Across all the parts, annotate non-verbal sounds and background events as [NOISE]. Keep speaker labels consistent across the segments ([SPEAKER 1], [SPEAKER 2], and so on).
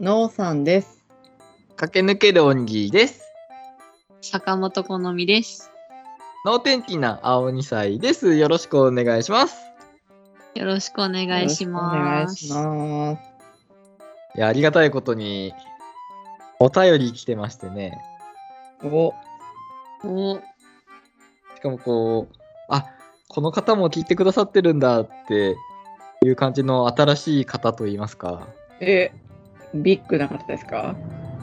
[SPEAKER 1] のうさんです。
[SPEAKER 2] 駆け抜けるオンギーです。
[SPEAKER 3] 坂本好みです。
[SPEAKER 2] 能天気な青二歳です。よろしくお願いします。
[SPEAKER 3] よろしくお願
[SPEAKER 1] お
[SPEAKER 3] いします。
[SPEAKER 1] お願いします。
[SPEAKER 2] いや、ありがたいことに、お便り来てましてね。
[SPEAKER 1] お、
[SPEAKER 3] お、
[SPEAKER 2] しかもこう、あ、この方も聞いてくださってるんだっていう感じの新しい方といいますか、 [LAUGHS]
[SPEAKER 1] え、ビッグな方ですか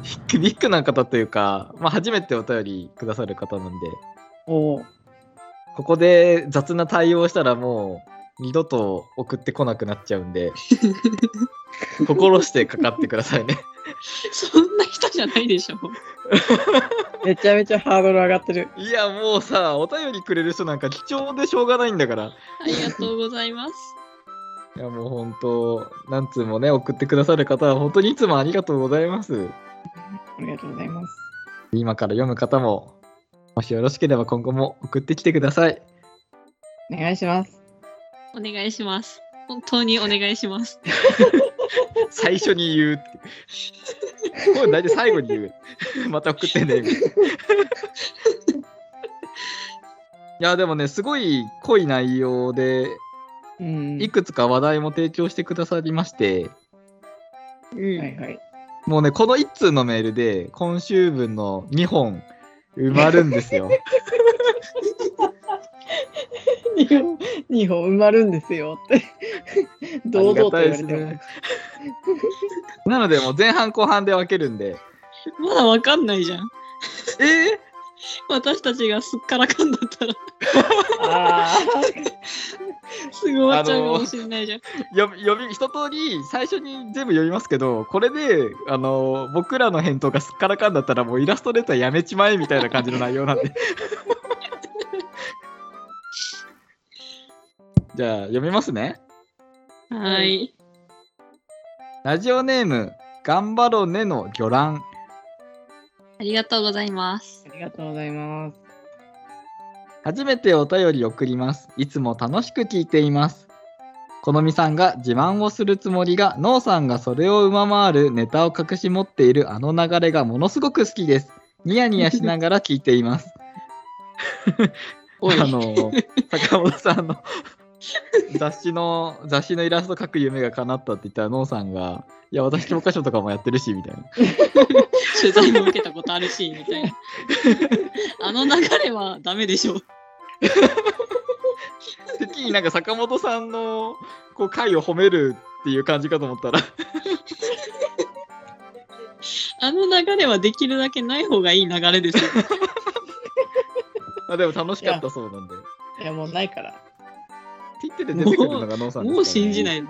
[SPEAKER 2] ビッグビッグな方というか、まあ初めてお便りくださる方なんで、
[SPEAKER 1] お、
[SPEAKER 2] ここで雑な対応したらもう二度と送ってこなくなっちゃうんで、心してかかってくださいね。
[SPEAKER 3] そんな人じゃないでしょ。
[SPEAKER 1] めちゃめちゃハードル上がってる。
[SPEAKER 2] いやもうさお便りくれる人なんか貴重でしょうがないんだから
[SPEAKER 3] ありがとうございます。
[SPEAKER 2] いやもう本当なんつうもね送ってくださる方は本当にいつもありがとうございます
[SPEAKER 1] ありがとうございます。
[SPEAKER 2] 今から読む方ももしよろしければ今後も送ってきてください
[SPEAKER 1] お願いします。
[SPEAKER 3] お願いします。本当にお願いします。
[SPEAKER 2] 最初に言うってこれ大体最後に言う [LAUGHS] また送ってねみたいないやでもねすごい濃い内容で
[SPEAKER 1] うん
[SPEAKER 2] いくつか話題も提供してくださりまして、
[SPEAKER 3] うん
[SPEAKER 1] はいはい。
[SPEAKER 2] もうね、この1通のメールで、今週分の2本埋まるんですよ。
[SPEAKER 1] 2本、二本埋まるんですよって。 [LAUGHS] 堂々と言われて
[SPEAKER 2] ありがたい
[SPEAKER 1] も
[SPEAKER 2] で。すねなので、もう前半後半で分けるんで、
[SPEAKER 3] まだわかんないじゃん。
[SPEAKER 2] えー、
[SPEAKER 3] 私たちがすっからかんだったら、
[SPEAKER 1] あ
[SPEAKER 3] すぐ終わっちゃうかもしれないじゃん。
[SPEAKER 2] 読み読み、一通り最初に全部読みますけど、これで、あの、僕らの返答がすっからかんだったら、もうイラストレーターやめちまえみたいな感じの内容なんで。じゃあ、読みますね。
[SPEAKER 3] はい。
[SPEAKER 2] ラジオネーム、頑張ろうねの魚卵。
[SPEAKER 3] ありがとうございます
[SPEAKER 1] あ。。ありがとうございます。
[SPEAKER 2] 初めてお便り送ります。いつも楽しく聞いています。このみさんが自慢をするつもりが、のうさんがそれを上回るネタを隠し持っているあの流れがものすごく好きです。ニヤニヤしながら聞いています。
[SPEAKER 3] [LAUGHS] おい
[SPEAKER 2] あの、坂本さんの雑誌の、雑誌のイラスト描く夢が叶ったって言ったら、のうさんが、いや、私教科書とかもやってるし、みたいな。
[SPEAKER 3] 取材も受けたことあるし、み
[SPEAKER 2] [LAUGHS]
[SPEAKER 3] たいな。あの流れはダメでしょ。
[SPEAKER 2] てっきりなんか坂本さんのこう回を褒めるっていう感じかと思ったら、 [LAUGHS]
[SPEAKER 3] あの流れはできるだけない方がいい流れですよ。
[SPEAKER 2] あでも楽しかったそうなんで。
[SPEAKER 1] いや、もうないから。
[SPEAKER 2] って言ってて出てくるのがノーさんですからね、。
[SPEAKER 3] もう信じないいの。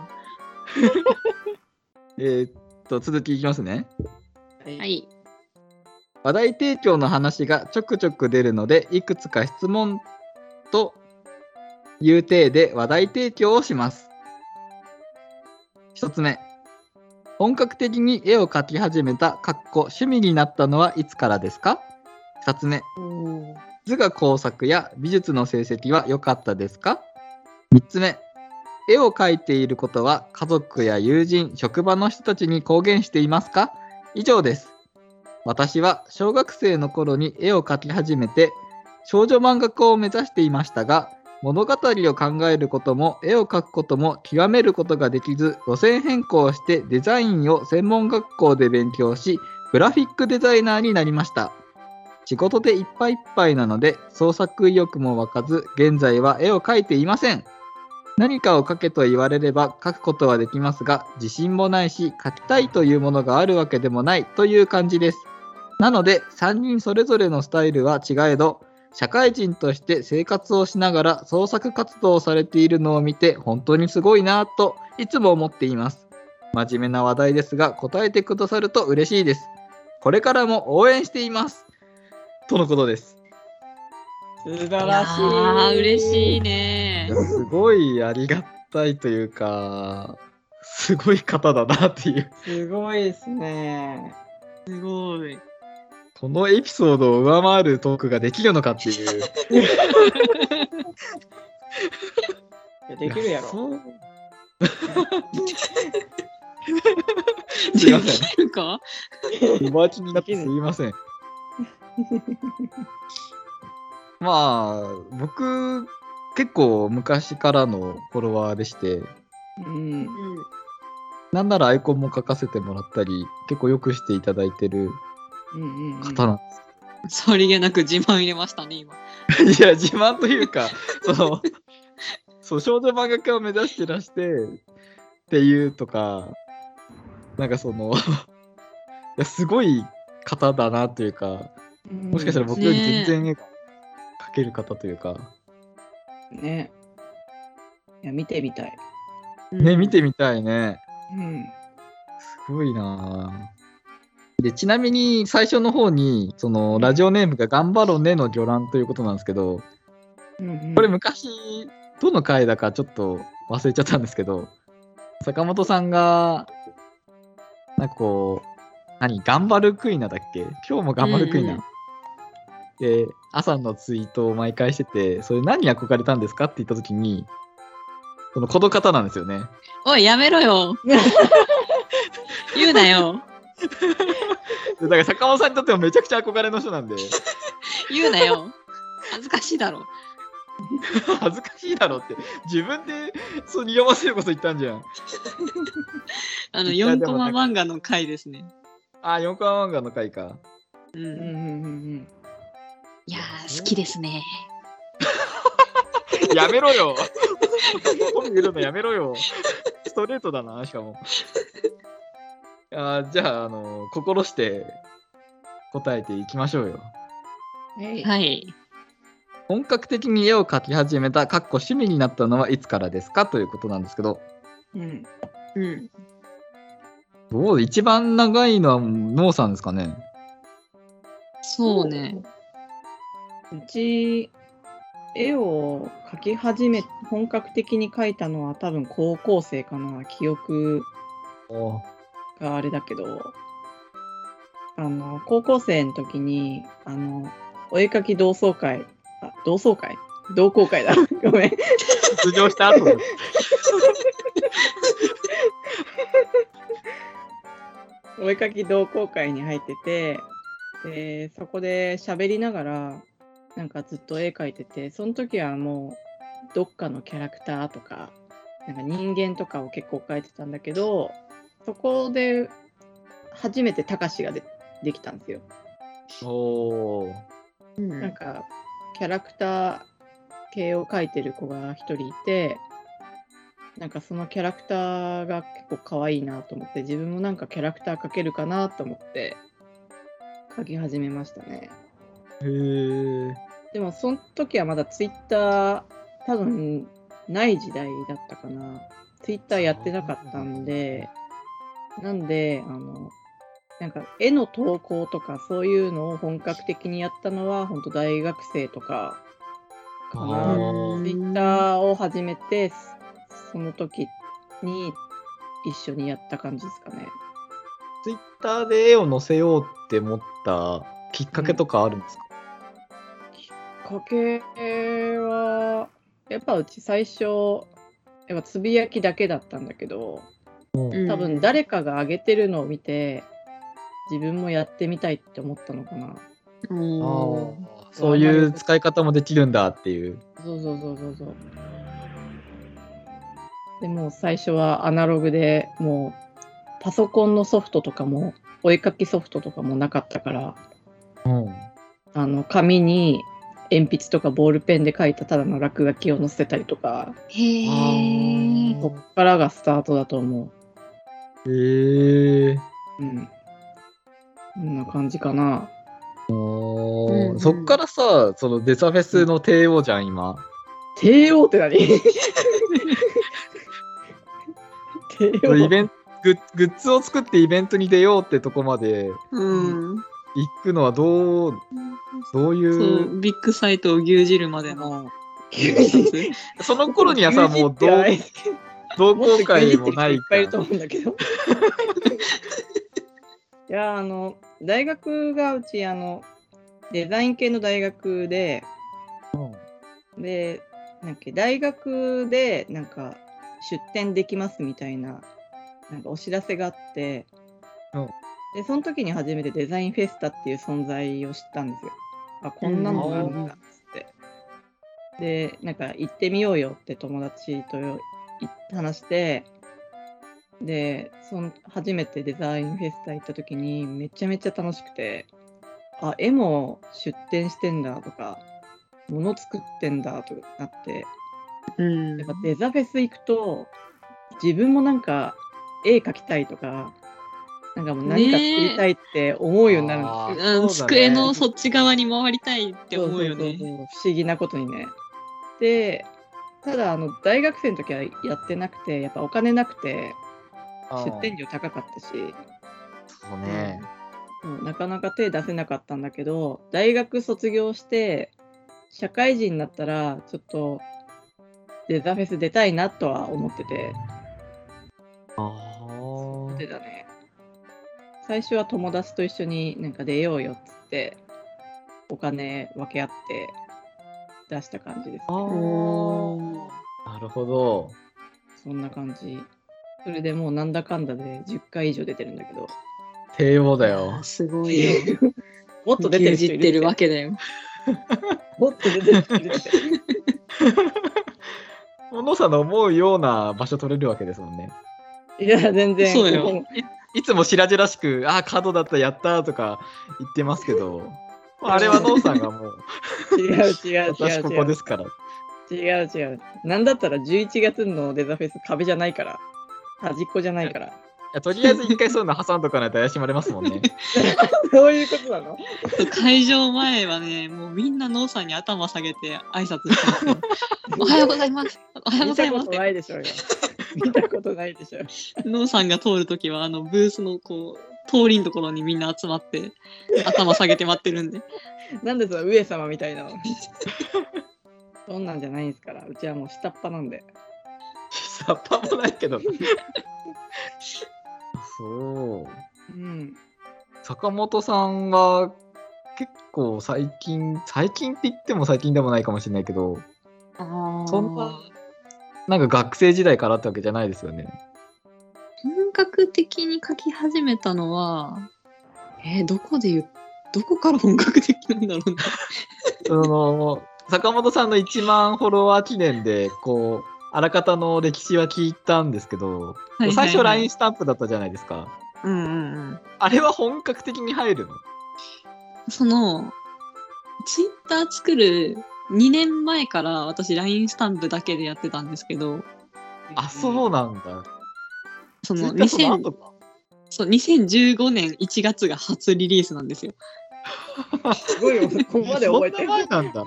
[SPEAKER 2] えーっと、続きいきますね。
[SPEAKER 1] はい
[SPEAKER 3] は。い。
[SPEAKER 2] 話題提供の話がちょくちょく出るので、いくつか質問という体で話題提供をします。一つ目。本格的に絵を描き始めた、かっこ趣味になったのはいつからですか二つ目。図画工作や美術の成績は良かったですか ?3 つ目、絵を描いていることは家族や友人、職場の人たちに公言していますか以上です。私は小学生の頃に絵を描き始めて少女漫画家を目指していましたが物語を考えることも絵を描くことも極めることができず路線変更してデザインを専門学校で勉強しグラフィックデザイナーになりました仕事でいっぱいいっぱいなので創作意欲も湧かず現在は絵を描いていません何かを描けと言われれば描くことはできますが自信もないし描きたいというものがあるわけでもないという感じですなので3人それぞれのスタイルは違えど社会人として生活をしながら創作活動をされているのを見て本当にすごいなぁといつも思っています真面目な話題ですが答えてくださると嬉しいですこれからも応援していますとのことです
[SPEAKER 1] 素晴
[SPEAKER 3] あ
[SPEAKER 1] らしい。
[SPEAKER 3] 嬉しい
[SPEAKER 2] い
[SPEAKER 3] ね
[SPEAKER 2] や。すごいありがたいというかすごい方だなっていう
[SPEAKER 1] すごいですね。
[SPEAKER 3] すごい。
[SPEAKER 2] このエピソードを上回るトークができるのかっていう
[SPEAKER 1] いやできるやろ。
[SPEAKER 2] そうすいま
[SPEAKER 3] で
[SPEAKER 2] せん。
[SPEAKER 3] きるか
[SPEAKER 2] おばあちになってすいません。まあ、僕、結構昔からのフォロワーでして、
[SPEAKER 1] うん
[SPEAKER 3] う。ん。
[SPEAKER 2] なんならアイコンも書かせてもらったり、結構よくしていただいてる
[SPEAKER 1] うんうんうん。
[SPEAKER 2] 方なん
[SPEAKER 3] さりげなく自慢入れましたね、今。
[SPEAKER 2] [LAUGHS] いや、自慢というか、その、そう、少女漫画家を目指してらして、っていうとか、なんかその、いや、すごい方だなというか、もしかしたら僕より全然絵が描ける方というか、
[SPEAKER 1] うんね。いや見てみたい。
[SPEAKER 2] ね、見てみたいね。
[SPEAKER 1] うん。
[SPEAKER 2] すごいなぁで、ちなみに最初の方に、その、ラジオネームが頑張ろうねの魚卵ということなんですけど、
[SPEAKER 1] うんうん
[SPEAKER 2] これ昔、どの回だかちょっと忘れちゃったんですけど、坂本さんが、なんかこう、何、頑張るクイナだっけ今日も頑張るクイナ。
[SPEAKER 3] うんうん
[SPEAKER 2] で、朝のツイートを毎回してて、それ何に憧れたんですかって言った時に、その、この方なんですよね。
[SPEAKER 3] おい、やめろよ。言うな [LAUGHS] よ。
[SPEAKER 2] でだから坂本さんにとってもめちゃくちゃ憧れの人なんで、 [LAUGHS]
[SPEAKER 3] 言うなよ。恥ずかしいだろ。
[SPEAKER 2] 恥ずかしいだろって、自分で、そう、に読ませること言ったんじゃん。
[SPEAKER 3] あの、
[SPEAKER 2] いや
[SPEAKER 3] 4
[SPEAKER 2] で
[SPEAKER 3] コ
[SPEAKER 2] もな
[SPEAKER 3] マ
[SPEAKER 2] んか
[SPEAKER 3] 漫画の回ですね。
[SPEAKER 2] あ、4コマ漫画の回か。
[SPEAKER 1] う
[SPEAKER 3] う
[SPEAKER 1] ん
[SPEAKER 3] ん。
[SPEAKER 1] うんうん
[SPEAKER 3] いやー、好きですね。
[SPEAKER 2] [LAUGHS] やめろよ。本見るのやめろよ。ストレートだな、しかも。あーじゃあ、あの、心して答えていきましょうよ。
[SPEAKER 1] うん。えい。
[SPEAKER 3] はい。
[SPEAKER 2] 本格的に絵を描き始めた、かっこ趣味になったのはいつからですかということなんですけど、
[SPEAKER 1] うん。
[SPEAKER 3] うん。
[SPEAKER 2] どう一番長いのはノーさんですかね。
[SPEAKER 3] そうね。
[SPEAKER 1] うち絵を描き始め本格的に描いたのは多分高校生かな記憶
[SPEAKER 2] お
[SPEAKER 1] があれだけどあの高校生の時にあのお絵描き同窓会あ同窓会同好会だ [LAUGHS] ごめん
[SPEAKER 2] 出場した後です
[SPEAKER 1] お絵描き同好会に入っててでそこで喋りながらなんかずっと絵描いててその時はもうどっかのキャラクターとかなんか人間とかを結構描いてたんだけどそこで初めてたかしがでできたんですよ。
[SPEAKER 2] [LAUGHS] おー
[SPEAKER 3] う
[SPEAKER 1] なん
[SPEAKER 3] ん。
[SPEAKER 1] かキャラクター系を描いてる子が一人いてなんかそのキャラクターが結構可愛いなと思って自分もなんかキャラクター描けるかなと思って描き始めましたね
[SPEAKER 2] へえ。
[SPEAKER 1] でもその時はまだツイッター多分ない時代だったかなツイッターやってなかったんでなんであのなんか絵の投稿とかそういうのを本格的にやったのは本当大学生とか
[SPEAKER 2] あ
[SPEAKER 1] かな
[SPEAKER 2] ー
[SPEAKER 1] ツイッターを始めて、すその時に一緒にやった感じですかね。
[SPEAKER 2] ツイッターで絵を載せようって思ったきっかけとかあるんですか、
[SPEAKER 1] 家計は、やっぱうち最初、やっぱつぶやきだけだったんだけど、多分誰かが上げてるのを見て、自分もやってみたいって思ったのかな。
[SPEAKER 3] うん。
[SPEAKER 2] あーそういう使い方もできるんだっていう。
[SPEAKER 1] そうそうそうそうそう。でもう最初はアナログでもうパソコンのソフトとかもお絵かきソフトとかもなかったから
[SPEAKER 2] うん、
[SPEAKER 1] あの紙に鉛筆とかボールペンで書いたただの落書きを載せたりとか
[SPEAKER 3] へー。
[SPEAKER 1] そっからがスタートだと思
[SPEAKER 2] へえ。
[SPEAKER 1] ううんこんな感じかな
[SPEAKER 2] お
[SPEAKER 3] うん
[SPEAKER 2] ー
[SPEAKER 3] うん
[SPEAKER 2] そっからさ、そのデサフェスの帝王じゃん、今。
[SPEAKER 1] 帝王って
[SPEAKER 2] [LAUGHS]
[SPEAKER 1] 何帝王
[SPEAKER 2] イベントグッグッズを作ってイベントに出ようってとこまで
[SPEAKER 3] うん。
[SPEAKER 2] 行くのはどう、どうい。
[SPEAKER 3] そうう、ビッグサイトを牛耳るまでの。
[SPEAKER 2] その頃にはさ、もう
[SPEAKER 1] ど
[SPEAKER 2] 同
[SPEAKER 1] う
[SPEAKER 2] 同
[SPEAKER 1] もっ
[SPEAKER 2] 好
[SPEAKER 1] と牛
[SPEAKER 2] 会
[SPEAKER 1] 耳って
[SPEAKER 2] も
[SPEAKER 1] る人
[SPEAKER 2] ないい
[SPEAKER 1] っぱ
[SPEAKER 2] か
[SPEAKER 1] いいる
[SPEAKER 2] ら
[SPEAKER 1] と思うんだけど。 [LAUGHS] いやあの大学がうちあのデザイン系の大学で、でなんだっけ大学でなんか出展できますみたいななんかお知らせがあって
[SPEAKER 2] うん
[SPEAKER 1] でその時に初めてデザインフェスタっていう存在を知ったんですよ。あこんなのがあるんだっつって。でなんか行ってみようよって友達とよい話してでその初めてデザインフェスタ行った時にめちゃめちゃ楽しくてあ絵も出展してんだとか物作ってんだとなって
[SPEAKER 3] うん
[SPEAKER 1] やっぱデザフェス行くと自分もなんか絵描きたいとかなんかもう何か作りたいって思うようになるんです
[SPEAKER 2] あーそうだ
[SPEAKER 3] う
[SPEAKER 2] ね
[SPEAKER 3] ん、机のそっち側に回りたいって
[SPEAKER 1] そう
[SPEAKER 3] 思うよ
[SPEAKER 1] そうそう
[SPEAKER 3] ね。
[SPEAKER 1] そう不思議なことにね。でただあの大学生の時はやってなくてやっぱお金なくて
[SPEAKER 2] あー
[SPEAKER 1] 出店料高かったし
[SPEAKER 2] そうね。
[SPEAKER 1] うんなかなか手出せなかったんだけど大学卒業して社会人になったらちょっとデザフェス出たいなとは思ってて。
[SPEAKER 2] あ
[SPEAKER 1] 思って
[SPEAKER 2] ー
[SPEAKER 1] たね最初は友達と一緒になんか出ようよっつってお金分け合って出した感じです
[SPEAKER 2] あ
[SPEAKER 1] ね
[SPEAKER 2] ー。なるほど。
[SPEAKER 1] そんな感じそれでもうなんだかんだで10回以上出てるんだけど
[SPEAKER 2] 帝王だよ。
[SPEAKER 3] すごいよ。
[SPEAKER 1] [LAUGHS] もっと出てる人
[SPEAKER 3] 牛
[SPEAKER 1] いるっ
[SPEAKER 3] 耳っててるわけだよ。
[SPEAKER 1] [LAUGHS] もっと出てる人いるって
[SPEAKER 2] 小野さんの思うような場所取れるわけですもんね。
[SPEAKER 1] いや全然
[SPEAKER 3] そうよ
[SPEAKER 1] も
[SPEAKER 2] いつも白々しく、ああ、角だった、やったーとか言ってます
[SPEAKER 1] [LAUGHS]
[SPEAKER 2] けど、まああれはノーさんがもう、
[SPEAKER 1] う違う違う違う
[SPEAKER 2] 私ここですから。
[SPEAKER 1] 違う違うなんだったら11月のデザフェス壁じゃないから端っこじゃないから [LAUGHS]
[SPEAKER 2] いやとりあえず一回そういうの挟んどかないと怪しまれますもんね。
[SPEAKER 1] そういうことな [LAUGHS] の
[SPEAKER 3] 会場前はね、もうみんなノーさんに頭下げて挨拶してますよ。おはようございます。おはようご
[SPEAKER 1] 見
[SPEAKER 3] ざ
[SPEAKER 1] た
[SPEAKER 3] い
[SPEAKER 1] こ
[SPEAKER 3] ます
[SPEAKER 1] と。ないでしょうよ [LAUGHS] 見たことないでしょ
[SPEAKER 3] ノーさんが通るときは、あの、ブースのこう、通りんところにみんな集ま [LAUGHS] って、頭下げて待ってるんで。
[SPEAKER 1] なんでその上様みたいなの [LAUGHS] そんなんじゃないんですからうちはもう下っ端なんで
[SPEAKER 2] さっぱもないけど。そ
[SPEAKER 1] う
[SPEAKER 2] う。
[SPEAKER 1] ん
[SPEAKER 2] 坂本さんは結構最近、最近って言っても最近でもないかもしれないけど、
[SPEAKER 3] そ
[SPEAKER 2] そんななんか学生時代からってわけじゃないですよね。
[SPEAKER 3] 本格的に書き始めたのは、えーどこで言う、どこから本格的なんだろうね。
[SPEAKER 2] その、坂本さんの1万フォロワー記念で、こう、あらかたの歴史は聞いたんですけど、
[SPEAKER 3] はいはいはい
[SPEAKER 2] 最初 LINE スタンプだったじゃないですか。
[SPEAKER 3] うんうんうん。
[SPEAKER 2] あれは本格的に入るの
[SPEAKER 3] その、ツイッター作る2年前から私 LINE スタンプだけでやってたんですけど、
[SPEAKER 2] あ、そうなんだ。
[SPEAKER 3] そ
[SPEAKER 2] ツイ
[SPEAKER 3] の
[SPEAKER 2] ッターその
[SPEAKER 3] 2000
[SPEAKER 2] 後か
[SPEAKER 3] そう2015年1月が初リリースなんですよ。
[SPEAKER 1] すごいよここまで覚えて
[SPEAKER 2] そ
[SPEAKER 1] る
[SPEAKER 2] んな前なんだ。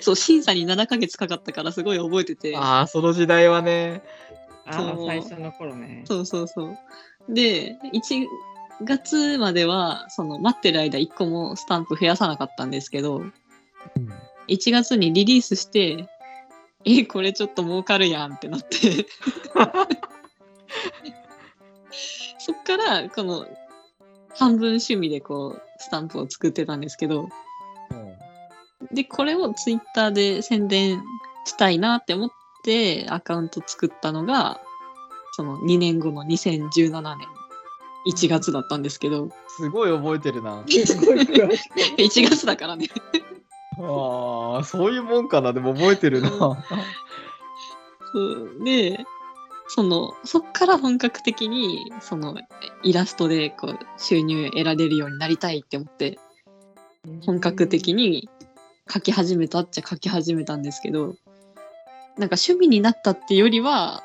[SPEAKER 3] そう、審査に7ヶ月かかったからすごい覚えてて。
[SPEAKER 2] ああ、その時代はね。
[SPEAKER 1] ああ
[SPEAKER 3] そう
[SPEAKER 1] 最初の頃ね
[SPEAKER 3] そうそうそう。で、1月までは、その待ってる間1個もスタンプ増やさなかったんですけど、1月にリリースして、え、これちょっと儲かるやんってなって。そっから、この、半分趣味でこう、スタンプを作ってたんですけど、
[SPEAKER 2] うん
[SPEAKER 3] で、これをツイッターで宣伝したいなって思って、アカウント作ったのが、その2年後の2017年1月だったんですけど、 [LAUGHS]
[SPEAKER 2] すごい覚えてるな。
[SPEAKER 1] すごい詳しく
[SPEAKER 3] 1月だからね。
[SPEAKER 2] ああ、そういうもんかな。でも覚えてるな。
[SPEAKER 3] そうで、その、そっから本格的に、その、イラストでこう収入得られるようになりたいって思って、本格的に書き始めたっちゃ書き始めたんですけどなんか趣味になったってよりは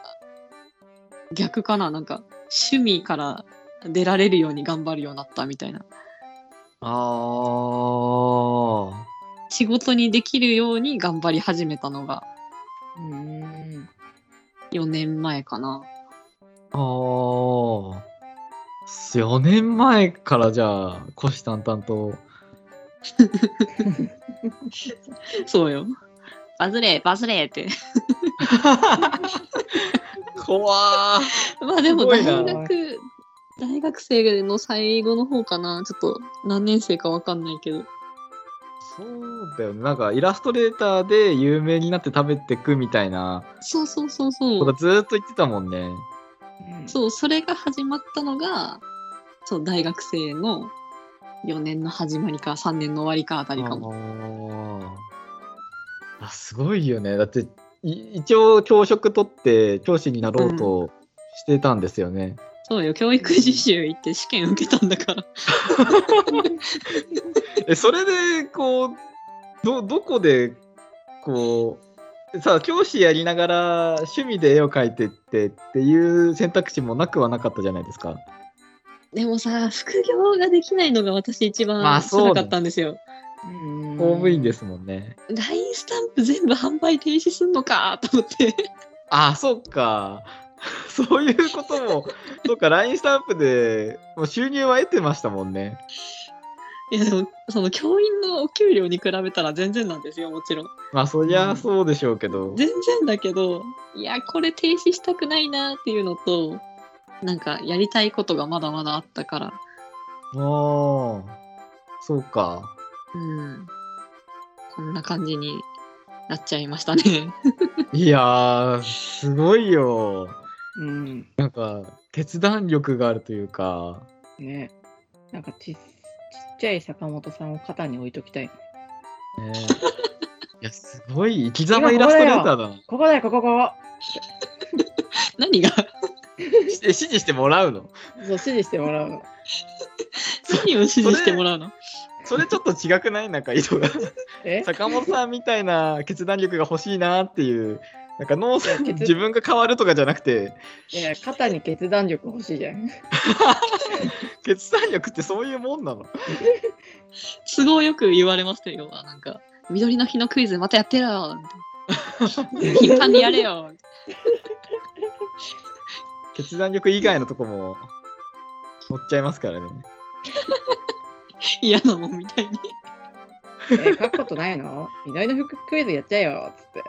[SPEAKER 3] 逆かななんか趣味から出られるように頑張るようになったみたいな
[SPEAKER 2] ああ。
[SPEAKER 3] 仕事にできるように頑張り始めたのが
[SPEAKER 1] うん
[SPEAKER 3] 4年前かな
[SPEAKER 2] ああ。4年前からじゃあ、虎視眈々と。
[SPEAKER 3] そうよバズれバズれって
[SPEAKER 2] [LAUGHS] 怖ー。
[SPEAKER 3] [LAUGHS] まあでも
[SPEAKER 2] すご
[SPEAKER 3] 大
[SPEAKER 2] いな
[SPEAKER 3] 学大学生の最後の方かなちょっと何年生かわかんないけど
[SPEAKER 2] そうだよね。なんかイラストレーターで有名になって食べてくみたいな
[SPEAKER 3] そうそうそうそう
[SPEAKER 2] ことずーっと言ってたもんね。
[SPEAKER 1] うん
[SPEAKER 3] そう、それが始まったのが、そう大学生の4年の始まりか3年の終わりかあたりかも。
[SPEAKER 2] も。あ、すごいよね。だって、い一応教職取って教師になろうとしてたんですよね。
[SPEAKER 3] そうよ教育実習行って試験受けたんだから。 [LAUGHS]
[SPEAKER 2] え、それで、こう、ど、どこで、こう、さあ、教師やりながら趣味で絵を描いてってっていう選択肢もなくはなかったじゃないですか。
[SPEAKER 3] でもさ副業ができないのが私一
[SPEAKER 2] まあ
[SPEAKER 3] 番
[SPEAKER 2] そう
[SPEAKER 3] 辛
[SPEAKER 2] ね
[SPEAKER 3] かったんですよ。
[SPEAKER 1] うん
[SPEAKER 2] 公務員ですもんね。
[SPEAKER 3] LINE スタンプ全部販売停止すんのかと思って。 [LAUGHS]
[SPEAKER 2] あ、そうか。 [LAUGHS] そういうこと [LAUGHS] も、そうか、LINE スタンプでもう収入は得てましたもんね。
[SPEAKER 3] いやでもその教員のお給料に比べたら全然なんですよもちろん。
[SPEAKER 2] まあ、そりゃそうでしょうけど。
[SPEAKER 3] 全然だけどいやこれ停止したくないなっていうのとなんかやりたいことがまだまだあったから、
[SPEAKER 2] ああ、そうか。
[SPEAKER 3] うん、こんな感じになっちゃいましたね。 [LAUGHS]
[SPEAKER 2] いやー、すごいよ。
[SPEAKER 1] うん
[SPEAKER 2] なんか、決断力があるというか。
[SPEAKER 1] ねなんかちちっちゃい坂本さんを肩に置いときたい
[SPEAKER 2] ね [LAUGHS] いや、すごい生き様イラストレーターだな。
[SPEAKER 1] ここだよここここ
[SPEAKER 3] 何が
[SPEAKER 2] え指示してもらうの
[SPEAKER 1] そう指示してもらうの
[SPEAKER 3] 何を指示してもらうの
[SPEAKER 2] それちょっと違くないなんか、色が。
[SPEAKER 1] え
[SPEAKER 2] [LAUGHS] 坂本さんみたいな決断力が欲しいなっていう、なんか脳さん
[SPEAKER 1] いや決
[SPEAKER 2] 自分が変わるとかじゃなくて、
[SPEAKER 1] いや肩に決断力欲しいじゃん
[SPEAKER 2] 決断力ってそういうもんなの
[SPEAKER 3] 都合よく言われましたよなんか「緑の日のクイズまたやってろよ」頻繁にやれよ」
[SPEAKER 2] 決断力以外のとこも乗っちゃいますからね。
[SPEAKER 3] 嫌なもんみたいに
[SPEAKER 1] え書くことないの緑の服クイズやっちゃえよつって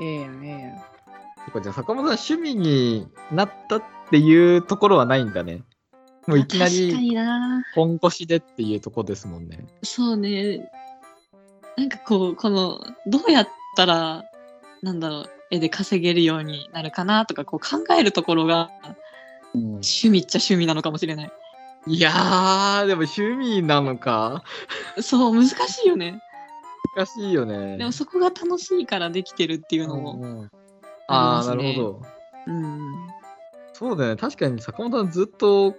[SPEAKER 1] ええやんええやん
[SPEAKER 2] そっかじゃあ坂本さん趣味になったっていうところはないんだね。もういきな
[SPEAKER 3] 確か
[SPEAKER 2] り
[SPEAKER 3] にな
[SPEAKER 2] 本腰でっていうとこですもんね。
[SPEAKER 3] そうねなんかこうこのどうやったらなんだろう絵で稼げるようになるかなとかこう考えるところが趣味っちゃ趣味なのかもしれない
[SPEAKER 2] いやーでも趣味なのか
[SPEAKER 3] そう難しいよね
[SPEAKER 2] 難しいよね。
[SPEAKER 3] でもそこが楽しいからできてるっていうのも、
[SPEAKER 2] うんうんああ、
[SPEAKER 3] あ
[SPEAKER 2] な
[SPEAKER 3] ります
[SPEAKER 2] る
[SPEAKER 3] ね
[SPEAKER 2] ほど。
[SPEAKER 3] うん、
[SPEAKER 2] そうだよね確かに坂本さんずっと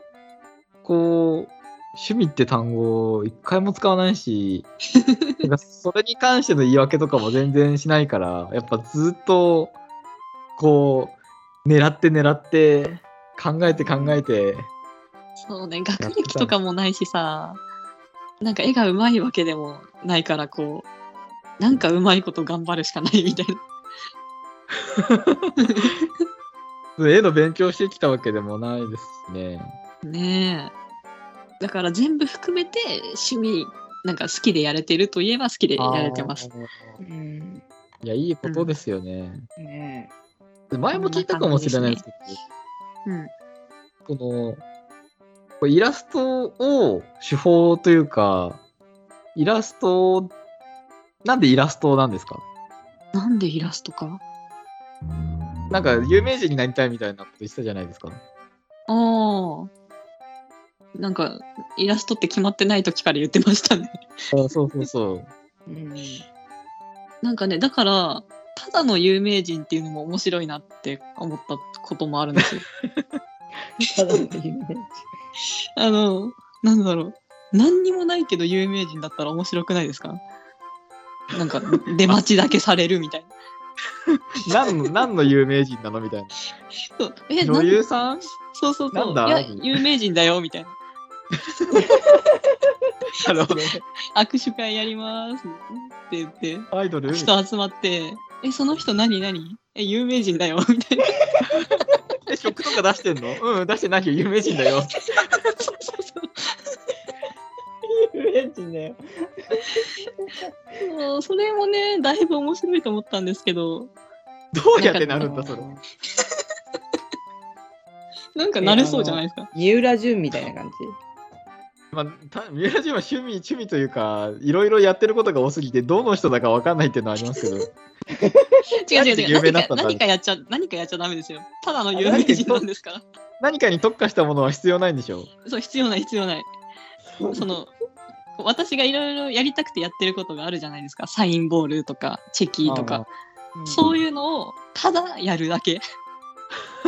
[SPEAKER 2] こう趣味って単語を一回も使わない
[SPEAKER 3] [LAUGHS]
[SPEAKER 2] しなんかそれに関しての言い訳とかも全然しないからやっぱずっとこう狙って狙って考えて考えて
[SPEAKER 3] そうね学歴とかもないしさなんか絵がうまいわけでもないからこうなんかうまいこと頑張るしかないみたいな
[SPEAKER 2] 絵の勉強してきたわけでもないですしね
[SPEAKER 3] ねえだから全部含めて趣味なんか好きでやれてるといえば好きでやれてます
[SPEAKER 1] う
[SPEAKER 2] あ
[SPEAKER 1] ん
[SPEAKER 2] ーいやいいことですよね、
[SPEAKER 1] ねえ
[SPEAKER 2] 前も聞いたかもしれないですけど
[SPEAKER 3] うん
[SPEAKER 2] このこうイラストを手法というかイラストなんでイラストなんですか
[SPEAKER 3] なんでイラストか
[SPEAKER 2] なんか有名人になりたいみたいなこと言ってたじゃないですか
[SPEAKER 3] ああなんかイラストって決まってない時から言ってましたね
[SPEAKER 2] そうそう [LAUGHS] そう
[SPEAKER 1] うん
[SPEAKER 3] なんかねだからただの有名人っていうのも面白いなって思ったこともあるんですよ
[SPEAKER 1] ただのイメージ
[SPEAKER 3] あのなんだろう何にもないけど有名人だったら面白くないですかなんか出待ちだけされる
[SPEAKER 2] [LAUGHS]
[SPEAKER 3] みたいな
[SPEAKER 2] 何の何の有名人なのみたいな
[SPEAKER 3] そうえ
[SPEAKER 2] 女優さん
[SPEAKER 3] そうそう
[SPEAKER 2] な
[SPEAKER 3] そ
[SPEAKER 2] ん
[SPEAKER 3] う。
[SPEAKER 2] だ
[SPEAKER 3] いや、有名人だよ、みたいな。
[SPEAKER 2] なるほどね
[SPEAKER 3] 握手会やりますって言って、
[SPEAKER 2] アイドルみたいな
[SPEAKER 3] 人集まって、え、その人何何え、有名人だよ、み
[SPEAKER 2] [LAUGHS]
[SPEAKER 3] たいな。
[SPEAKER 2] え食とか出してんのうん出してないよ有名人だ [LAUGHS] よ
[SPEAKER 3] そうそうそ
[SPEAKER 1] 有名人だよ
[SPEAKER 3] う。もうそれもね、だいぶ面白いと思ったんですけど、
[SPEAKER 2] どうやってなるんだそれ
[SPEAKER 3] なんか慣れそうじゃないですか。
[SPEAKER 1] 三浦淳みたいな感
[SPEAKER 2] まあ、た三浦淳は趣味趣味というかいろいろやってることが多すぎてどの人だかわかんないっていうのはありますけど
[SPEAKER 3] 違う違う違う。
[SPEAKER 2] 有名にな
[SPEAKER 3] 何
[SPEAKER 2] った
[SPEAKER 3] か
[SPEAKER 2] んだ
[SPEAKER 3] 何かやっちゃ、何かやっちゃダメですよ。ただの有名人なんですから。
[SPEAKER 2] 何かに特化したものは必要ないんでしょ
[SPEAKER 3] そう、必要ない必要ない。その、私がいろいろやりたくてやってることがあるじゃないですか。サインボールとか、チェキとか。そういうのを、ただやるだけ。 [LAUGHS]
[SPEAKER 2] あ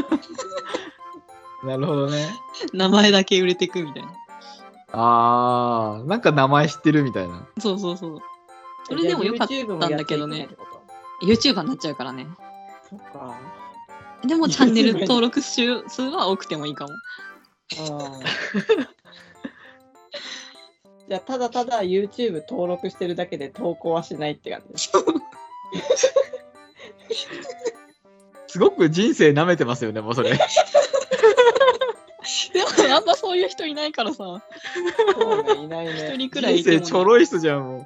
[SPEAKER 2] ーなるほどね
[SPEAKER 3] 名前だけ売れてくみたいな。
[SPEAKER 2] あーなんか名前知ってるみたいな
[SPEAKER 3] そうそうそう。それでもよかったんだけどね。YouTuber になっちゃうからね。
[SPEAKER 1] そっか。
[SPEAKER 3] でもチャン
[SPEAKER 2] [LAUGHS]
[SPEAKER 3] ネル登録数数は多くてもいいかも。
[SPEAKER 1] ああじゃあ、ただただ YouTube 登録してるだけで投稿はしないって感じ
[SPEAKER 3] [LAUGHS]
[SPEAKER 1] です。
[SPEAKER 2] すごく人生舐めてますよねもうそ
[SPEAKER 3] [LAUGHS]
[SPEAKER 2] れ
[SPEAKER 3] でもあんまそういう人いないからさ、
[SPEAKER 1] そうね、いない
[SPEAKER 3] 一
[SPEAKER 1] ね。
[SPEAKER 3] 人くらい
[SPEAKER 2] 人
[SPEAKER 3] いて
[SPEAKER 2] 生ち
[SPEAKER 3] も
[SPEAKER 2] ょろい人じゃんもう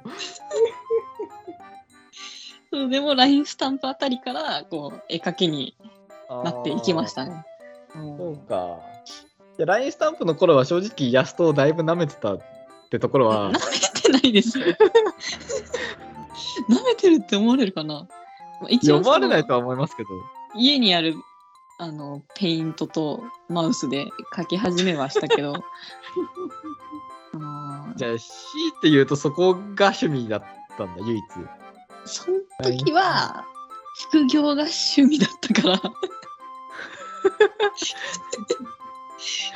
[SPEAKER 3] そうでも LINE スタンプあたりからこう絵描きになっていきましたね。
[SPEAKER 1] うん
[SPEAKER 2] そうかじゃあ LINE スタンプの頃は正直イラストをだいぶ舐めてたってところは
[SPEAKER 3] 舐めて [LAUGHS] ないですよ。 [LAUGHS] 舐めてるって思われるかなまあ一
[SPEAKER 2] 読
[SPEAKER 3] 応そ
[SPEAKER 2] まれ
[SPEAKER 3] の
[SPEAKER 2] ないとは思いますけど
[SPEAKER 3] 家にあるあのペイントとマウスで描き始めはしたけど。 [LAUGHS] あー
[SPEAKER 2] じゃあ C って言うとそこが趣味だったんだ唯一
[SPEAKER 3] その時は副業が趣味だった [LAUGHS] から。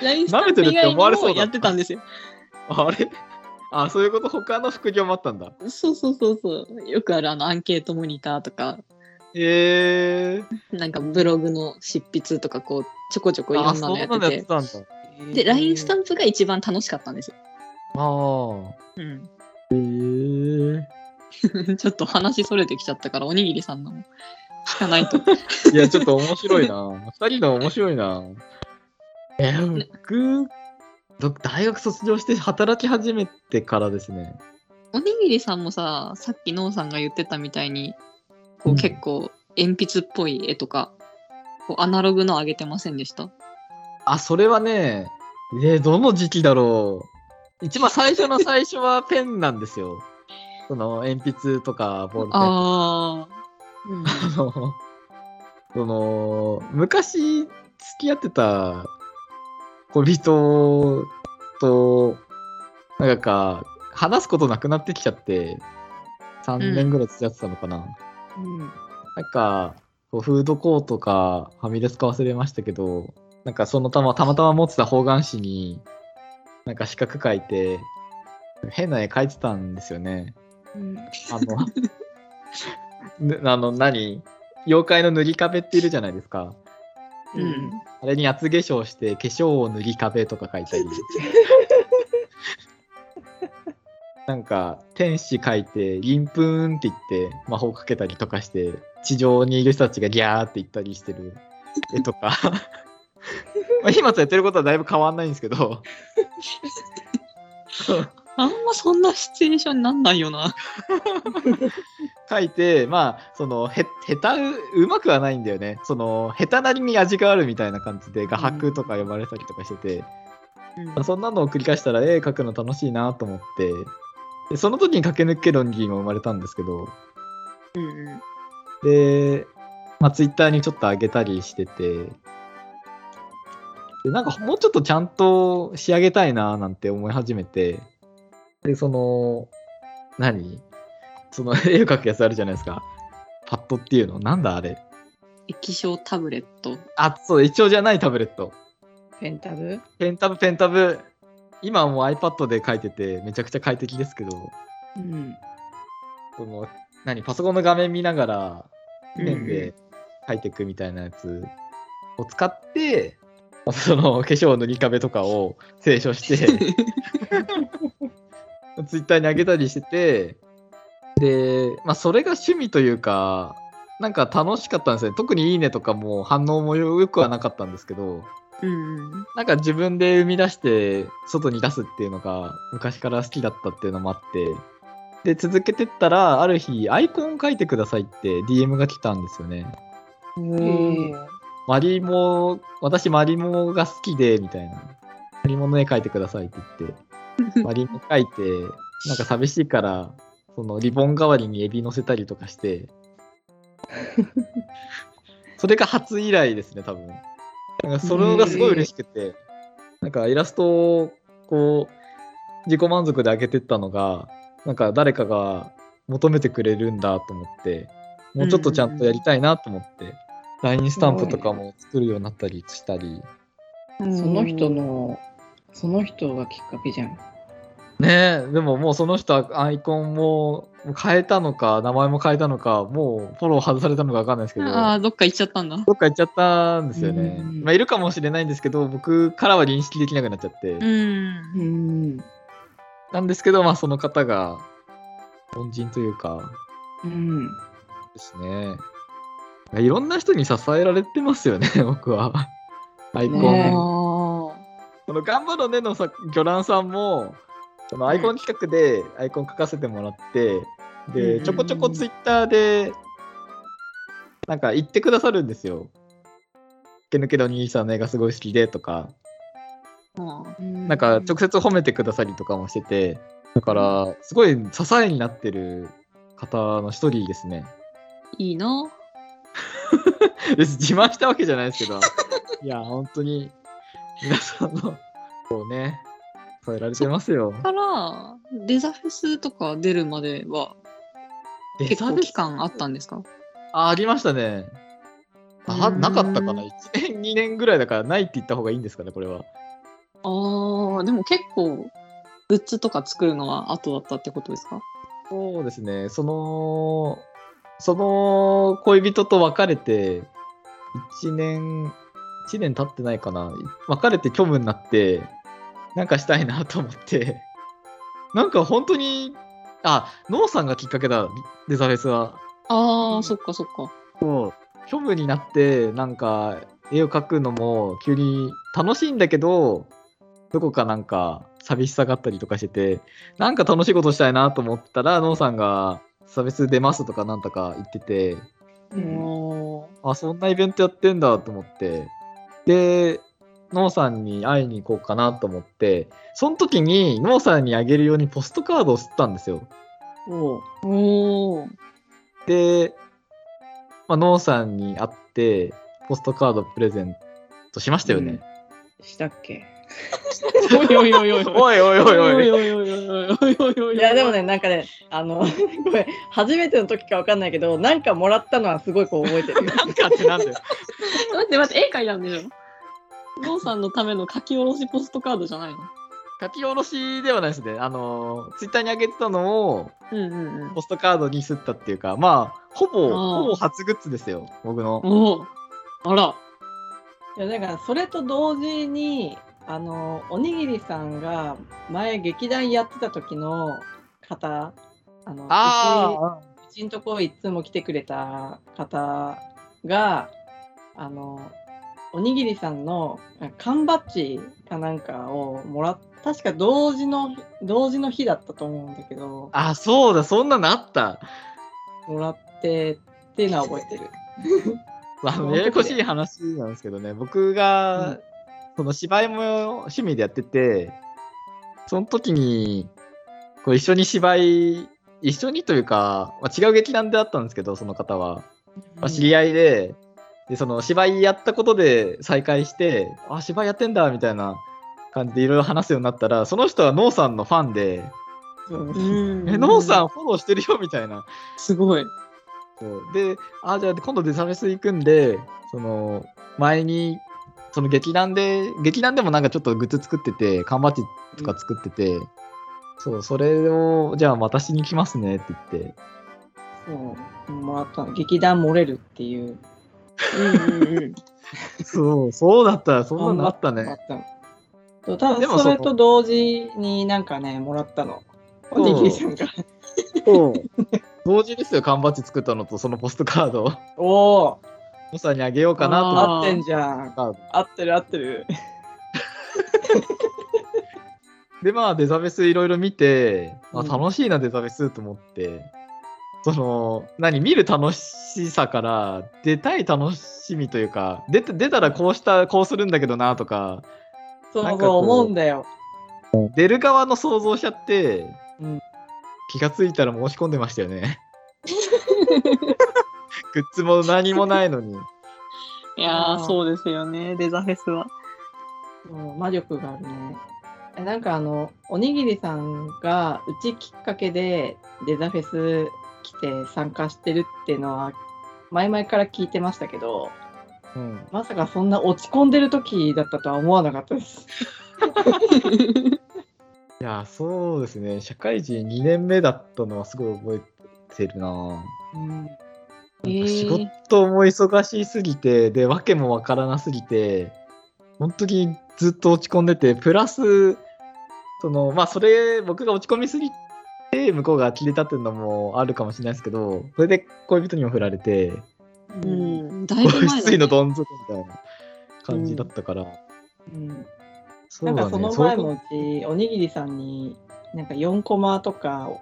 [SPEAKER 3] ラインスタンプ以外にもやってたんですよ。
[SPEAKER 2] あれあそういうこと他の副業もあったんだ
[SPEAKER 3] そうそうそうそう。よくあるあのアンケートモニターとか、
[SPEAKER 2] へえー、
[SPEAKER 3] なんかブログの執筆とかこうちょこちょこいろ
[SPEAKER 2] あ
[SPEAKER 3] んな
[SPEAKER 2] そ
[SPEAKER 3] の
[SPEAKER 2] う
[SPEAKER 3] や
[SPEAKER 2] な
[SPEAKER 3] って
[SPEAKER 2] のやって
[SPEAKER 3] て。
[SPEAKER 2] たんだ
[SPEAKER 3] で、LINE スタ
[SPEAKER 1] ン
[SPEAKER 3] ンプが一番楽しかったんですよ。
[SPEAKER 2] ああ
[SPEAKER 3] うん、
[SPEAKER 2] へえー、
[SPEAKER 3] ちょっと話それてきちゃったから、おにぎりさんのも聞か [LAUGHS] ないと。
[SPEAKER 2] いや、ちょっと面白いな。二人の面白いな。えー、僕、ど大学卒業して働き始めてからですね。
[SPEAKER 3] おにぎりさんもさ、さっきのうさんが言ってたみたいに、
[SPEAKER 2] う
[SPEAKER 3] こ
[SPEAKER 2] ん
[SPEAKER 3] う結構鉛筆っぽい絵とか、こうアナログの上げてませんでした
[SPEAKER 2] あ、それはね、えーどの時期だろう。一番最初の最初はペンなんですよ。その、鉛筆とかボールペンとか。
[SPEAKER 3] ああ。
[SPEAKER 2] [LAUGHS] あの、その、昔付き合ってた恋人と、なんか、話すことなくなってきちゃって、3年ぐらい付き合ってたのかな。
[SPEAKER 1] プ。うん
[SPEAKER 2] なんか、こうフードコートかファミレスか忘れましたけど、なんかそのたまたまたま持ってた方眼紙に、なんか四角書いて、変な絵描いてたんですよね。
[SPEAKER 1] うん
[SPEAKER 2] あの、ぬあの [LAUGHS] 何妖怪の塗り壁っているじゃないですか。
[SPEAKER 1] う
[SPEAKER 3] う
[SPEAKER 1] んん。
[SPEAKER 2] あれに厚化粧して、化粧を塗り壁とか書いたり。なんか、天使書いて、銀粉って言って、魔法かけたりとかして、地上にいる人たちがギャーって言ったりしてる絵とか。まあ今とやってることはだいぶ変わんないんですけど。
[SPEAKER 3] あんまそんなシチュエーションになんないよな。
[SPEAKER 2] 書いて、まあ、その、へ、下手う、うまくはないんだよね。その、下手なりに味があるみたいな感じで、画伯とか呼ばれたりとかしてて、まあそんなのを繰り返したら、絵描くの楽しいなと思って、でその時に駆け抜け論議が生まれたんですけど、
[SPEAKER 3] うんうん。
[SPEAKER 2] で、まあ、ツイッターにちょっと上げたりしてて、で、なんかもうちょっとちゃんと仕上げたいななんて思い始めて、で、その、何その [LAUGHS] 絵を描くやつあるじゃないですか。パッドっていうの。なんだあれ。
[SPEAKER 3] 液晶タブレット。
[SPEAKER 2] あ、そう、一応じゃないタブレット。
[SPEAKER 1] ペンタブ
[SPEAKER 2] ペンタブ、ペンタブ。今はもう iPad で描いてて、めちゃくちゃ快適ですけど、
[SPEAKER 1] うん。
[SPEAKER 2] その、何パソコンの画面見ながら、
[SPEAKER 1] うん
[SPEAKER 2] ペンで書いていくみたいなやつを使って、その化粧の塗り壁とかを清
[SPEAKER 1] [LAUGHS]
[SPEAKER 2] 書して、ツイッターに上げたりしてて、で、まあ、それが趣味というか、なんか楽しかったんですね。特にいいねとかも反応もよくはなかったんですけど、
[SPEAKER 3] うんうん。
[SPEAKER 2] なんか自分で生み出して外に出すっていうのが昔から好きだったっていうのもあってで続けてったらある日アイコン書いてくださいって DM が来たんですよね
[SPEAKER 1] うん
[SPEAKER 2] マリモ私マリモが好きでみたいなマリモの絵描いてくださいって言ってマリモ描いてなんか寂しいからそのリボン代わりにエビ乗せたりとかしてそれが初以来ですね、多分。なんかそれがすごい嬉しくて、なんかイラストをこう、自己満足で上げてったのが、なんか誰かが求めてくれるんだと思って、もうちょっとちゃんとやりたいなと思って、LINE スタンプとかも作るようになったりしたり。
[SPEAKER 3] そ
[SPEAKER 1] その人の、その人がきっかけじゃん。
[SPEAKER 2] ねえ、でももうその人はアイコンも変えたのか、名前も変えたのか、もうフォロー外されたのかわかんないですけど。
[SPEAKER 3] ああどっか行っちゃったんだ
[SPEAKER 2] どっか行っちゃったんですよね。
[SPEAKER 1] うん
[SPEAKER 2] まあ、いるかもしれないんですけど、僕からは認識できなくなっちゃって。
[SPEAKER 3] うん
[SPEAKER 1] うん。
[SPEAKER 2] なんですけど、まあ、その方が、恩人というか、
[SPEAKER 1] うん。
[SPEAKER 2] ですね。いろんな人に支えられてますよね、僕は。アイコン。
[SPEAKER 1] ねえ
[SPEAKER 3] あ
[SPEAKER 2] その頑張ろうねのさ魚卵さんもそのアイコン企画でアイコン書かせてもらっ
[SPEAKER 1] う
[SPEAKER 2] て、
[SPEAKER 1] んうんう
[SPEAKER 2] で
[SPEAKER 1] ん
[SPEAKER 2] ちょこちょこツイッターでなんか言ってくださるんですよ。けぬけど兄さんの映画すごい好きでとか、
[SPEAKER 3] あ
[SPEAKER 2] なんか直接褒めてくださりとかもしてて、だからすごい支えになってる方の一人ですね。 [LAUGHS]
[SPEAKER 3] いいな
[SPEAKER 2] 別に自慢したわけじゃないですけ
[SPEAKER 1] [LAUGHS]
[SPEAKER 2] ど、いや、本当に皆さんの、こうね、支えられてますよ。
[SPEAKER 3] からデザフェスとか出るまでは結構期間あったんですか
[SPEAKER 2] あ、ありましたね。あ、
[SPEAKER 3] うん
[SPEAKER 2] なかったかな ?1 年、2年ぐらいだからないって言った方がいいんですかね、これは。
[SPEAKER 3] あーでも結構グッズとか作るのは後だったってことですか
[SPEAKER 2] そうですね。その、その恋人と別れて、1年、1年経ってないかな。別れて虚無になって、なんかしたいなと思って。なんか本当に、あ、ノーさんがきっかけだ、デザフェスは。
[SPEAKER 3] あ
[SPEAKER 1] う
[SPEAKER 3] あ
[SPEAKER 1] ん
[SPEAKER 3] そっかそっか
[SPEAKER 2] 虚無になってなんか絵を描くのも急に楽しいんだけどどこかなんか寂しさがあったりとかしててなんか楽しいことしたいなと思ったらノーさんが「差別出ます」とかなんとか言ってて
[SPEAKER 1] うん
[SPEAKER 3] お
[SPEAKER 2] あそんなイベントやってんだと思ってでノーさんに会いに行こうかなと思ってその時にノーさんにあげるようにポストカードを吸ったんですよ。
[SPEAKER 1] おう
[SPEAKER 3] ーおー
[SPEAKER 2] で、まあ、ノーさんに会って、ポストカードプレゼントしましたよね。
[SPEAKER 1] したっけ
[SPEAKER 2] おいおいおいおい。
[SPEAKER 3] おいおいおいおいおいおいおいおいおいおいおい
[SPEAKER 1] いやでもねなんかねあの [LAUGHS] ごめん初めての時かわかんないけどなんかもらったのはすごいこう覚えて [LAUGHS] るよ
[SPEAKER 2] なんかってなんだよ。
[SPEAKER 3] 待って待って絵描いたんでしょノーさんのための書き下ろしポストカードじゃないの
[SPEAKER 2] 書き下ろしではないですね。あの、ツイッターに上げてたのを、
[SPEAKER 3] うんうんうん
[SPEAKER 2] ポストカードにすったっていうか、まあ、ほぼ、
[SPEAKER 3] あー
[SPEAKER 2] ほぼ初グッズですよ、僕の。
[SPEAKER 3] おおあら
[SPEAKER 1] いやだからそれと同時にあのおにぎりさんが前劇団やってた時の方あの
[SPEAKER 2] あ
[SPEAKER 1] うちうちんとこいつも来てくれた方があのおにぎりさんの缶バッジかなんかをもらっ確か同時の同時の日だったと思うんだけど
[SPEAKER 2] あ、あ、そうだ、そんなのあった。
[SPEAKER 1] もらってっていうのは覚えてる。
[SPEAKER 2] まあ
[SPEAKER 1] そう
[SPEAKER 2] ややこしい話なんですけどね、僕が、
[SPEAKER 1] うん
[SPEAKER 2] その芝居も趣味でやってて、その時に、こう一緒に芝居、一緒にというか、まあ、違う劇団であったんですけど、その方は。まあ、知り合いで、で、その芝居やったことで再会して、あ、芝居やってんだ、みたいな感じでいろいろ話すようになったら、その人はノーさんのファンで、
[SPEAKER 1] そう
[SPEAKER 3] うん
[SPEAKER 2] え、ノーさんフォローしてるよ、みたいな。
[SPEAKER 3] すごい
[SPEAKER 2] そうで、あ、じゃあ今度デザフェス行くんで、その、前に、その劇団で、劇団でもなんかちょっとグッズ作ってて、缶バッジとか作ってて、そう、それを、じゃあ私に来ますねって言って、
[SPEAKER 1] そうもらったの劇団漏れるっていう
[SPEAKER 3] うんうんうん
[SPEAKER 2] そう、そうだった、そんなのあった
[SPEAKER 1] もら
[SPEAKER 2] ね。
[SPEAKER 1] ったのそう多
[SPEAKER 2] でも
[SPEAKER 1] 分
[SPEAKER 2] そ
[SPEAKER 1] そ
[SPEAKER 2] の
[SPEAKER 1] れと同時になんかねもらったのおにぎりさんが
[SPEAKER 2] 同時ですよ、缶バッジ作ったのと、そのポストカ
[SPEAKER 1] [LAUGHS]
[SPEAKER 2] ードを、
[SPEAKER 1] おお
[SPEAKER 2] モさんにあげようかなと
[SPEAKER 1] 合
[SPEAKER 2] 思って
[SPEAKER 1] ってんじゃん
[SPEAKER 2] あ
[SPEAKER 1] 合ってる合ってる
[SPEAKER 2] でまあデザベスいろいろ見て、あ
[SPEAKER 1] うん
[SPEAKER 2] 楽しいなデザベスと思ってその何見る楽しさから出たい楽しみというか出て出たらこうしたこうするんだけどなとか
[SPEAKER 1] そう
[SPEAKER 2] なん
[SPEAKER 1] そ
[SPEAKER 2] か
[SPEAKER 1] う
[SPEAKER 2] こう
[SPEAKER 1] 思うんだよ
[SPEAKER 2] 出る側の想像しちゃって、
[SPEAKER 1] うん
[SPEAKER 2] 気がついたら申し込んでましたよね。 [LAUGHS] グッズも何もないのに。
[SPEAKER 3] いや
[SPEAKER 1] あ
[SPEAKER 3] ー、
[SPEAKER 1] ー
[SPEAKER 3] そうですよね、デザフェス [LAUGHS] は。
[SPEAKER 1] そう魔力があるね。えなんかあの、おにぎりさんがうちきっかけでデザフェス来て参加してるっていうのは、前々から聞いてましたけど、
[SPEAKER 2] うん、
[SPEAKER 1] まさかそんな落ち込んでる時だったとは思わなかったです。
[SPEAKER 2] いや、そうですね。社会人2年目だったのはすごい覚えてるな。
[SPEAKER 1] うん、
[SPEAKER 2] なんか仕
[SPEAKER 3] えー
[SPEAKER 2] 事も忙しすぎて、で、訳もわからなすぎて、本当にずっと落ち込んでて、プラス、その、まあ、それ、僕が落ち込みすぎて、向こうが切れたっていうのもあるかもしれないですけど、それで恋人にも振られて、
[SPEAKER 3] う
[SPEAKER 1] うん
[SPEAKER 3] ん、だいぶ
[SPEAKER 2] [LAUGHS]
[SPEAKER 3] 前
[SPEAKER 2] 失
[SPEAKER 3] だ
[SPEAKER 2] 意のどん底みたいな感じだったから、そ
[SPEAKER 1] な
[SPEAKER 2] うんだ
[SPEAKER 1] か
[SPEAKER 2] ね
[SPEAKER 1] その
[SPEAKER 2] そうい
[SPEAKER 1] 前
[SPEAKER 2] うこと
[SPEAKER 1] もうち、おにぎりさんに、なんか4コマとかを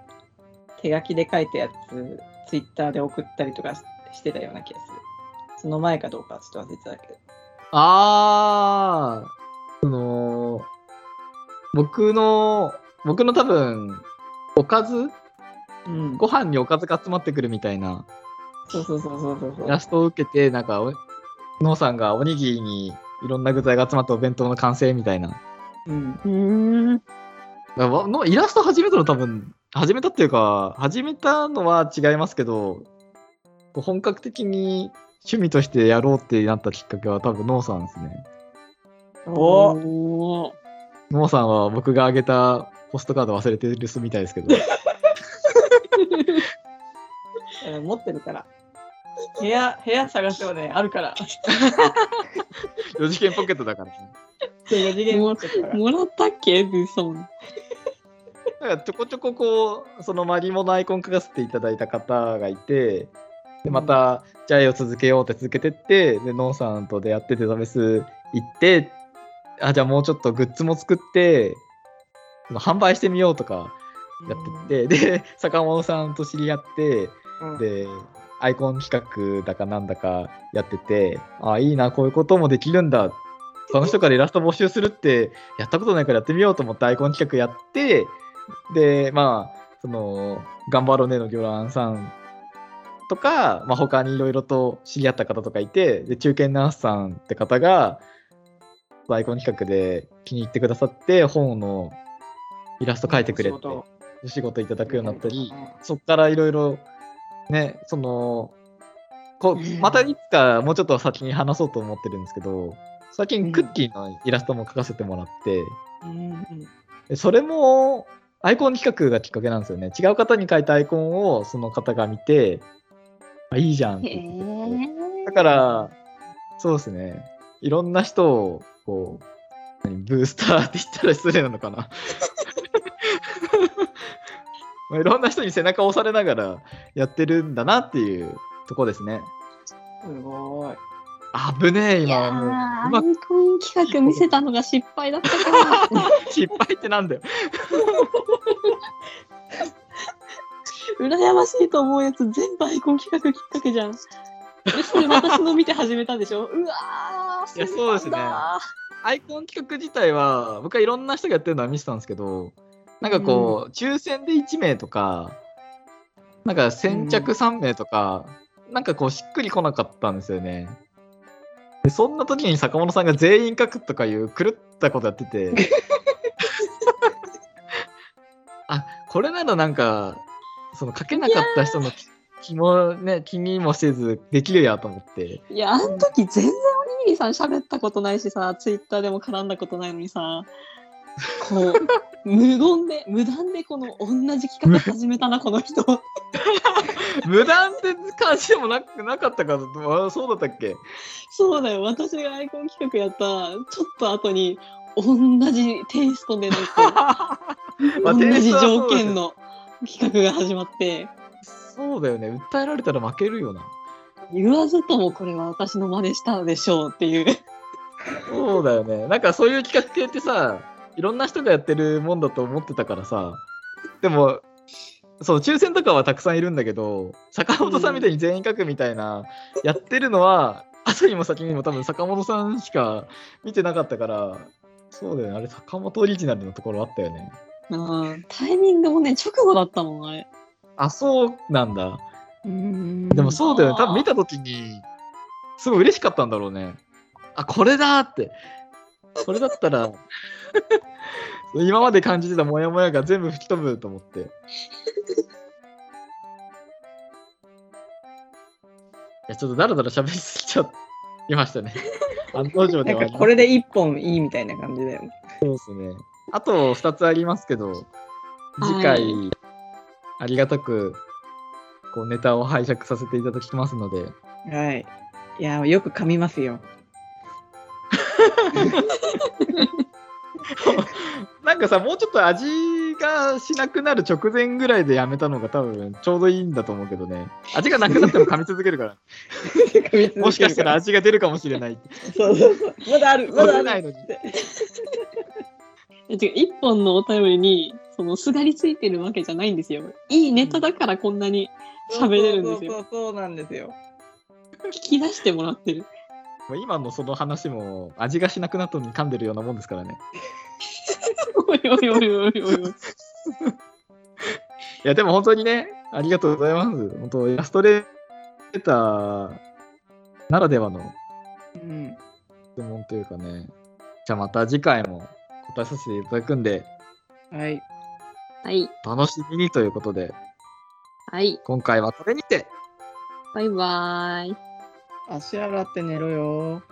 [SPEAKER 1] 手書きで書いたやつ、ツイッターで送ったりとかししてたような気がする。その前かどうかはちょっと忘れてたけど。
[SPEAKER 2] ああ、その、僕の、僕の多分、おかず
[SPEAKER 1] うん、
[SPEAKER 2] ご飯におかずが集まってくるみたいな
[SPEAKER 1] そうそうそうそうそうそ
[SPEAKER 2] イ
[SPEAKER 1] う。
[SPEAKER 2] ラストを受けて、なんかお、ノーさんがおにぎりにいろんな具材が集まったお弁当の完成みたいな。
[SPEAKER 1] うん、
[SPEAKER 3] うーん。
[SPEAKER 2] あわのイラスト始めたの多分、始めたっていうか、始めたのは違いますけど、こう本格的に趣味としてやろうってなったきっかけは多分ノーさんですね。
[SPEAKER 1] お
[SPEAKER 3] おー
[SPEAKER 2] ノーさんは僕があげたポストカード忘れてるみたいですけど。
[SPEAKER 1] えー持ってるから。部屋、部屋探しようね、あるから。
[SPEAKER 2] 4次元ポケットだからね。
[SPEAKER 1] 4次元持ってるから。
[SPEAKER 3] もらったっけブーソン。
[SPEAKER 2] だからちょこちょここう、そのマリモのアイコン書かせていただいた方がいて、でまた、ジャイを続けようって続けてって、で、ノンさんと出会ってデザベス行って、あ、じゃあもうちょっとグッズも作って、その販売してみようとかやってって、で、坂本さんと知り合って、
[SPEAKER 1] うん、
[SPEAKER 2] でアイコン企画だかなんだかやっててあいいなこういうこともできるんだその人からイラスト募集するってやったことないからやってみようと思ってアイコン企画やってでまあその「頑張ろうね」の魚卵さんとか、まあ、他にいろいろと知り合った方とかいてで中堅ナースさんって方がアイコン企画で気に入ってくださって本のイラスト描いてくれって
[SPEAKER 1] お
[SPEAKER 2] お仕事いただくようになったり
[SPEAKER 1] うん
[SPEAKER 2] そっからいろいろねそのこ
[SPEAKER 3] うん
[SPEAKER 2] うまたいつかもうちょっと先に話そうと思ってるんですけど最
[SPEAKER 1] うん
[SPEAKER 2] 近クッキーのイラストも描かせてもらって
[SPEAKER 1] うんうん
[SPEAKER 2] でそれもアイコン企画がきっかけなんですよね違う方に描いたアイコンをその方が見てあいいじゃんって言ってくれてだから、そうですね。いろんな人を、こう、何ブースターって言ったら失礼なのかな。 [LAUGHS] まあ、いろんな人に背中を押されながらやってるんだなっていうとこですね。
[SPEAKER 1] すごい。
[SPEAKER 2] 危ねえ、
[SPEAKER 3] い
[SPEAKER 2] 今
[SPEAKER 3] や
[SPEAKER 2] はもう。う
[SPEAKER 3] ー、ア
[SPEAKER 2] まく
[SPEAKER 3] イコン企画見せたのが失敗だったから。
[SPEAKER 2] 失敗ってなんだよ。
[SPEAKER 3] [LAUGHS] 羨ましいと思うやつ全部アイコン企画きっかけじ [LAUGHS] ゃん。でそれ私の見て始めたんでしょうわー
[SPEAKER 2] いやそうですね
[SPEAKER 3] なんだ
[SPEAKER 2] アイコン企画自体は、僕はいろんな人がやってるのは見てたんですけど、なんかこう、抽選で1名とか、なんか先着3名とか、なんかこう、しっくりこなかったんですよね。でそんな時に坂本さんが全員書くとかいう狂ったことやってて、 [LAUGHS] あこれならなんか、その書けなかった人の気気もね、気にもせずできるやと思って。
[SPEAKER 3] いやあの時全然おにぎりさん喋ったことないしさツイッターでも絡んだことないのにさこう
[SPEAKER 2] [LAUGHS]
[SPEAKER 3] 無言で無断でこの同じ企画始めたなこの人
[SPEAKER 2] [LAUGHS] 無断って感じでもなくなかったかとあそうだったっ
[SPEAKER 3] [LAUGHS]
[SPEAKER 2] け
[SPEAKER 3] そうだよ私がアイコン企画やったちょっと後に同じテイストで
[SPEAKER 2] [LAUGHS]
[SPEAKER 3] なんか
[SPEAKER 2] まあ
[SPEAKER 3] 同
[SPEAKER 2] テイ
[SPEAKER 3] じ
[SPEAKER 2] ストは
[SPEAKER 3] 条
[SPEAKER 2] そうだよ
[SPEAKER 3] 件の企画が始まって
[SPEAKER 2] そうだよね訴えられたら負けるよな
[SPEAKER 3] 言わずともこれは私の真似したでしょうっていう [LAUGHS]
[SPEAKER 2] そうだよねなんかそういう企画系ってさいろんな人がやってるもんだと思ってたからさでもそう抽選とかはたくさんいるんだけど坂本さんみたいに全員書くみたいな、やってるのは後にも先にも多分坂本さんしか見てなかったからそうだよねあれ坂本オリジナルのところあったよね
[SPEAKER 3] うんタイミングもね直後だったもんあれ
[SPEAKER 2] あそうなんだ
[SPEAKER 1] うん
[SPEAKER 2] でもそうだよね。
[SPEAKER 3] あー
[SPEAKER 2] 多分見たときに、すごい嬉しかったんだろうね。あ、これだーって。これだっ
[SPEAKER 1] [LAUGHS]
[SPEAKER 2] たら、今まで感じてたモヤモヤが全部吹き飛ぶと思って。いや、ちょっとだらだら喋りすぎちゃいまし
[SPEAKER 1] [LAUGHS]
[SPEAKER 2] たね。案の定
[SPEAKER 1] な
[SPEAKER 2] で
[SPEAKER 1] ん
[SPEAKER 2] はあ
[SPEAKER 1] か
[SPEAKER 2] り
[SPEAKER 1] これで一本いいみたいな感じだよね。
[SPEAKER 2] あと2つありますけど、次回、
[SPEAKER 3] は
[SPEAKER 2] ありがたく、こうネタを拝借させていただきますので、
[SPEAKER 1] はい。いや、よく噛みますよ。
[SPEAKER 2] なんかさ、もうちょっと味がしなくなる直前ぐらいでやめたのが多分ちょうどいいんだと思うけ
[SPEAKER 1] [LAUGHS]
[SPEAKER 2] どね。味がなくなっても噛み続けるから。
[SPEAKER 1] 噛み続けるら
[SPEAKER 2] もしかしたら味が出るかもしれない。
[SPEAKER 1] そうそうそう。まだある、 [LAUGHS] まだ
[SPEAKER 2] 出な
[SPEAKER 1] あ
[SPEAKER 2] い
[SPEAKER 1] る。
[SPEAKER 2] のに。
[SPEAKER 3] えてか一本のお便りにそのすがりついてるわけじゃないんですよ。いいネタだからこんなに喋れるんですよ。
[SPEAKER 1] そうそうそうそうなんですよ。
[SPEAKER 3] 聞き出してもらってる。 [LAUGHS]
[SPEAKER 2] もう今のその話も味がしなくなったのに噛んでるようなもんですからね。
[SPEAKER 3] おいおいおいおいおいおい。
[SPEAKER 2] いや、でも本当にね、ありがとうございます。本当、イラストレーターならではの
[SPEAKER 1] うん。
[SPEAKER 2] 質問というかね。じゃあまた次回も答えさせていただくんで、
[SPEAKER 1] はい。
[SPEAKER 3] はい。
[SPEAKER 2] 楽しみにということで、
[SPEAKER 3] はい。
[SPEAKER 2] 今回はこれにて、
[SPEAKER 3] バイバーイ。
[SPEAKER 1] 足洗って寝ろよ。